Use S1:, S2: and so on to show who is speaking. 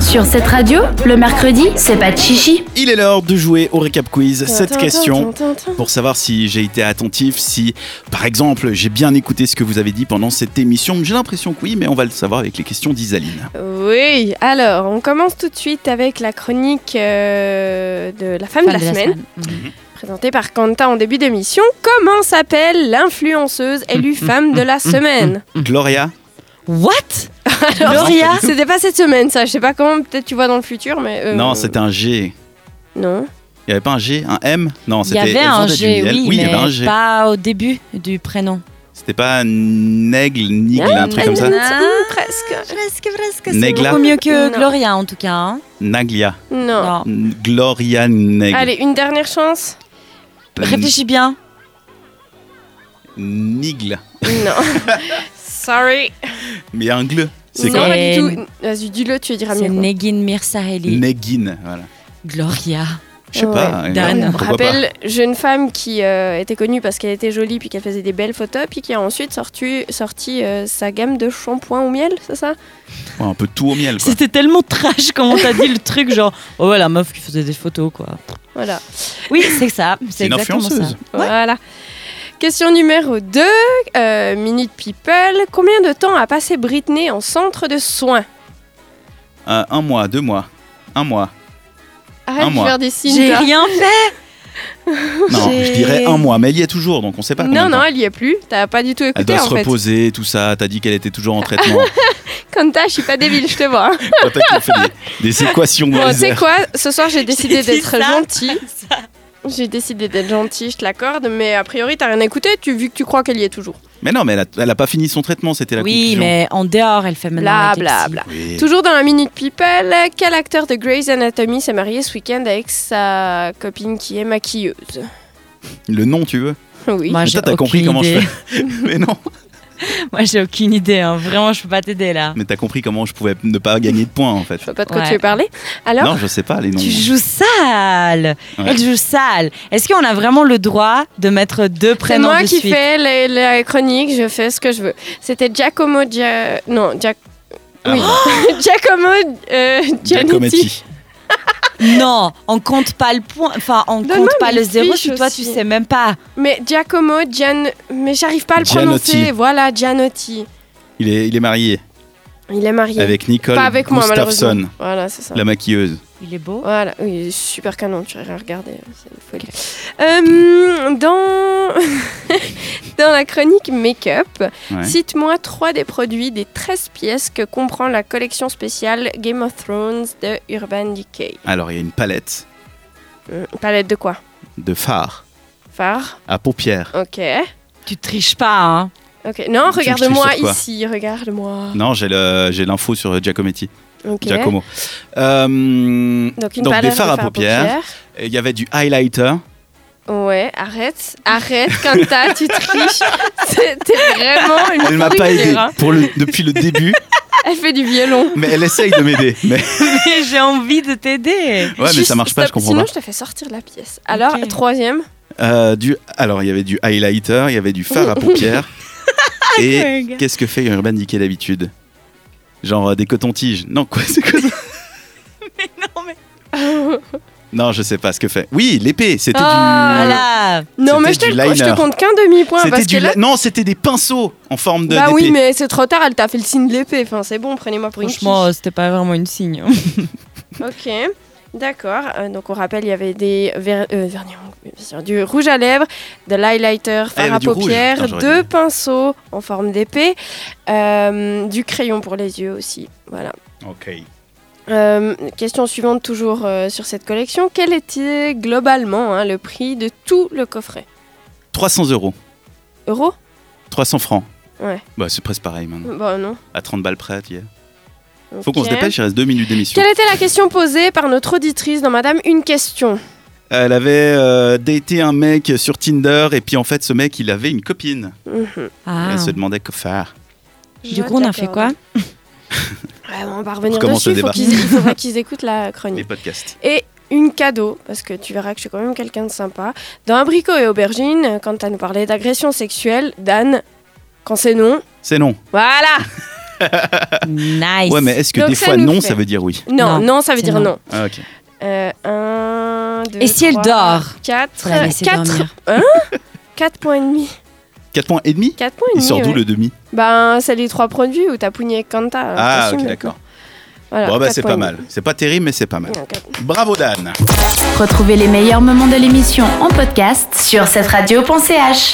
S1: Sur cette radio, le mercredi, c'est pas de chichi.
S2: Il est l'heure de jouer au récap quiz. Cette question pour savoir si j'ai été attentif, si par exemple j'ai bien écouté ce que vous avez dit pendant cette émission. J'ai l'impression que oui, mais on va le savoir avec les questions d'Isaline.
S3: Oui, alors on commence tout de suite avec la chronique euh, de la femme, de la, semaine,
S2: Mhm.
S3: présentée par Quentin en début d'émission. Comment s'appelle l'influenceuse
S2: Mhm.
S3: élue femme de la semaine
S2: Ah, Gloria,
S4: What
S3: Alors,
S4: Gloria
S3: C'était pas cette semaine ça, je sais pas comment, peut-être tu vois dans le futur, mais... euh,
S2: non, c'était un G.
S3: Non.
S2: Il n'y avait pas un G, un M Non,
S4: Il y
S2: c'était
S4: avait
S2: elles
S4: un
S2: ont des
S4: G,
S2: jumelles.
S4: oui,
S2: il y
S4: mais
S2: avait un G.
S4: pas au début du prénom.
S2: C'était pas Nègle, Nigle, un truc comme ça
S4: Nègle.
S3: Ah, presque.
S4: Presque, presque.
S2: c'est Negla.
S4: beaucoup
S2: beaucoup
S4: mieux que
S3: Non.
S4: Gloria en tout cas. hein.
S2: Naglia.
S3: Non.
S4: Non.
S2: Gloria Nègle.
S3: Allez, une dernière chance
S4: Réfléchis bien.
S2: Nigle.
S3: Non. Sorry.
S2: Mais il y a un gle. C'est
S3: non,
S2: quoi
S3: pas du
S4: Et-
S3: tout. Vas-y, dis-le, tu diras
S4: C'est
S3: mieux. quoi.
S4: Negin Mirsaheli.
S2: Negin. Voilà.
S4: Gloria.
S2: Je sais
S3: Ouais.
S2: pas.
S4: Dan.
S2: euh,
S4: On
S2: pourquoi pas.
S3: Rappelle, jeune femme qui euh, était connue parce qu'elle était jolie puis qu'elle faisait des belles photos puis qui a ensuite sorti, sorti euh, sa gamme de shampoing au miel, c'est ça
S2: Ouais, un peu tout au miel. Quoi.
S4: C'était tellement trash comment t'as dit le truc, genre, oh ouais, la meuf qui faisait des photos, quoi.
S3: Voilà.
S4: Oui, c'est ça, c'est
S2: une
S4: exactement ça.
S2: influenceuse.
S3: Voilà. Question numéro 2, Minute People. Combien de temps a passé Britney en centre de soins
S2: Euh, un mois, deux mois. Un mois. Un
S4: Ah,
S3: Arrête de
S2: mois.
S3: faire des signes.
S4: J'ai
S3: là.
S4: rien fait
S2: Non,
S4: J'ai-
S2: je dirais un mois, mais elle y est toujours, donc on sait pas. combien
S3: Non,
S2: de temps.
S3: non, elle y est plus. T'as pas du tout
S2: Elle
S3: écouté
S2: doit
S3: en
S2: se
S3: fait.
S2: reposer, tout ça. T'as dit qu'elle était toujours en traitement.
S3: Quand t'as, je suis pas débile, je te vois. hein.
S2: Quand elle fait des, des équations dans
S3: Bon, tu
S2: les
S3: sais
S2: airs.
S3: quoi Ce soir, j'ai décidé
S4: dit
S3: d'être
S4: ça.
S3: gentille. J'ai décidé d'être gentille, je te l'accorde, mais a priori, t'as rien écouté, tu, vu que tu crois qu'elle y est toujours.
S2: Mais non, mais elle a, elle a pas fini son traitement, c'était la
S4: Oui,
S2: conclusion.
S4: mais en dehors, elle fait maintenant.
S3: Bla
S4: avec les
S3: bla
S4: psys.
S3: bla.
S2: Oui.
S3: Toujours dans la Minute People, quel acteur de Grey's Anatomy s'est marié ce week-end avec sa copine qui est maquilleuse
S2: Le nom, tu veux Mais
S3: Oui.
S4: Moi, Ah, j'ai
S2: toi, t'as
S4: aucune
S2: compris comment je
S4: idée.
S2: fais. mais non.
S4: Moi, j'ai aucune idée. hein. Vraiment, je peux pas t'aider là.
S2: Mais t'as compris comment je pouvais ne pas gagner de points, en fait.
S3: Je vois pas de quoi
S4: Ouais.
S3: tu veux parler. Alors,
S2: non, je sais pas les noms.
S4: Tu joues sale.
S2: Ouais.
S4: Elle joue sale. Est-ce qu'on a vraiment le droit de mettre deux
S3: c'est
S4: prénoms
S3: moi
S4: de
S3: qui
S4: suite
S3: fais les- la chronique, je fais ce que je veux. C'était Giacomo Gia... Non, Gia-
S2: Ah,
S3: oui.
S2: voilà.
S3: Giacomo euh, Giannetti.
S2: Giacometti.
S4: Non, on compte pas le point. Enfin, on
S3: Donne-moi
S4: compte pas
S3: mes
S4: le zéro.
S3: fiches
S4: Si toi,
S3: aussi.
S4: tu sais même pas.
S3: Mais Giacomo Gian... Mais j'arrive pas à le
S2: Gianotti.
S3: prononcer. Voilà, Gianotti.
S2: Il est, il est marié
S3: Il est marié.
S2: avec Nicole
S3: pas avec moi, malheureusement.
S2: Gustafsson,
S3: Voilà, c'est ça.
S2: la maquilleuse.
S4: Il est beau.
S3: Voilà, oui, il est super canon, tu irais regarder, hein, c'est une folie. Euh, dans... dans la chronique Make-up,
S2: Ouais.
S3: cite-moi trois des produits des 13 pièces que comprend la collection spéciale Game of Thrones de Urban Decay.
S2: Alors, il y a une palette
S3: Hum, palette de quoi
S2: de fard
S3: Phare
S2: à paupières.
S3: Ok.
S4: Tu triches pas, hein.
S3: Ok. Non,
S2: Tu
S3: regarde-moi
S2: triches sur quoi
S3: ici, regarde-moi.
S2: Non, j'ai le- j'ai l'info sur Giacometti.
S3: Ok.
S2: Giacomo. Euh,
S3: Donc, une
S2: Donc, des
S3: palette
S2: fards
S3: de
S2: à paupières. il y avait du highlighter.
S3: Ah, Ouais, arrête, arrête, Quinta, tu triches. C'est- T'es vraiment une
S2: Elle m'a pas
S3: fruitière,
S2: aidé
S3: hein.
S2: pour le, depuis le début,
S3: Elle fait du violon.
S2: mais elle essaye de m'aider. Mais,
S4: Mais j'ai envie de t'aider.
S2: ouais, mais
S3: Juste,
S2: ça marche pas,
S3: stop,
S2: je comprends
S3: sinon
S2: pas.
S3: je te fais sortir de la pièce. Alors,
S4: Ok.
S3: troisième.
S2: Euh, du, alors, il y avait du highlighter, il y avait du fard à paupières. et
S4: Dingue.
S2: qu'est-ce que fait Urban Decay d'habitude Genre euh, des cotons-tiges. Non, quoi, c'est quoi ça
S4: Mais non, mais.
S2: Non, je sais pas ce que fait. Oui, l'épée, c'était du.
S4: Ah
S2: Euh,
S4: Voilà.
S3: Non, mais je te,
S2: C'était
S3: le-
S2: du
S3: je te
S2: liner.
S3: compte qu'un demi-point
S2: C'était
S3: parce
S2: du
S3: que là.
S2: la- Non, c'était des pinceaux en forme de.
S3: Bah oui,
S2: d'épée.
S3: mais c'est trop tard, elle t'a fait le signe de l'épée. Enfin, c'est bon, prenez-moi pour une
S4: Franchement, euh, c'était pas vraiment une signe.
S3: quiche. Ok, d'accord. Euh, donc, on rappelle, il y avait des ver- euh, vernis, oui, bien sûr, du rouge à lèvres, de l'highlighter,
S2: Ah, il y
S3: fard
S2: avait
S3: à
S2: du rouge.
S3: paupières,
S2: Putain, j'aurais
S3: deux
S2: dû.
S3: pinceaux en forme d'épée, euh, du crayon pour les yeux aussi. Voilà.
S2: Ok.
S3: Euh, question suivante, toujours euh, sur cette collection. Quel était globalement hein, le prix de tout le coffret
S2: 300 euros.
S3: Euros
S2: 300 francs.
S3: Ouais.
S2: Bah, c'est presque pareil maintenant.
S3: Bon, Bah, non.
S2: À 30 balles près, tu y es. Faut qu'on se
S3: Ok.
S2: dépêche, il reste deux minutes d'émission.
S3: Quelle était la question posée par notre auditrice dans Madame Une question
S2: Elle avait euh, daté un mec sur Tinder et puis en fait, ce mec, il avait une copine.
S3: Mhm.
S2: Et
S4: Ah.
S2: Elle se demandait que faire.
S3: Je
S4: Du coup, on a fait
S3: t'accorde.
S4: quoi
S3: Ouais, bon, On va revenir
S2: recommence
S3: dessus,
S2: le débat.
S3: faut qu'ils- il faudra qu'ils écoutent la chronique.
S2: Les podcasts.
S3: Et une cadeau, parce que tu verras que je suis quand même quelqu'un de sympa. Dans Abricot et Aubergine, quand t'as nous parlé d'agression sexuelle, Dan, quand c'est non,
S2: C'est non.
S3: voilà
S4: Nice.
S2: Ouais, mais est-ce que
S3: Donc
S2: des
S3: ça
S2: fois
S3: nous
S2: non,
S3: fait.
S2: ça veut dire oui
S3: Non, non,
S4: Non,
S3: ça veut
S4: c'est
S3: dire
S4: non.
S3: non.
S2: Ah, ok.
S3: Euh, un, deux,
S5: Et si elle
S3: trois,
S5: dort
S3: Quatre.
S5: Faut la laisser
S3: quatre-
S5: dormir.
S3: Hein Quatre points et demi.
S2: 4 points et demi
S3: Quatre points et
S2: Il
S3: demi.
S2: sort d'où
S3: ouais.
S2: le demi
S3: Ben, c'est les trois produits où t'as Pugné et Kanta. alors
S2: Ah,
S3: t'assumes
S2: ok,
S3: maintenant.
S2: d'accord.
S3: Voilà,
S2: Bon, bah,
S3: quatre
S2: c'est
S3: points
S2: pas
S3: et
S2: mal. C'est pas terrible, mais c'est pas mal.
S3: demi. Non, quatre-
S2: Bravo, Dan
S1: Retrouvez les meilleurs moments de l'émission en podcast sur cette radio.ch.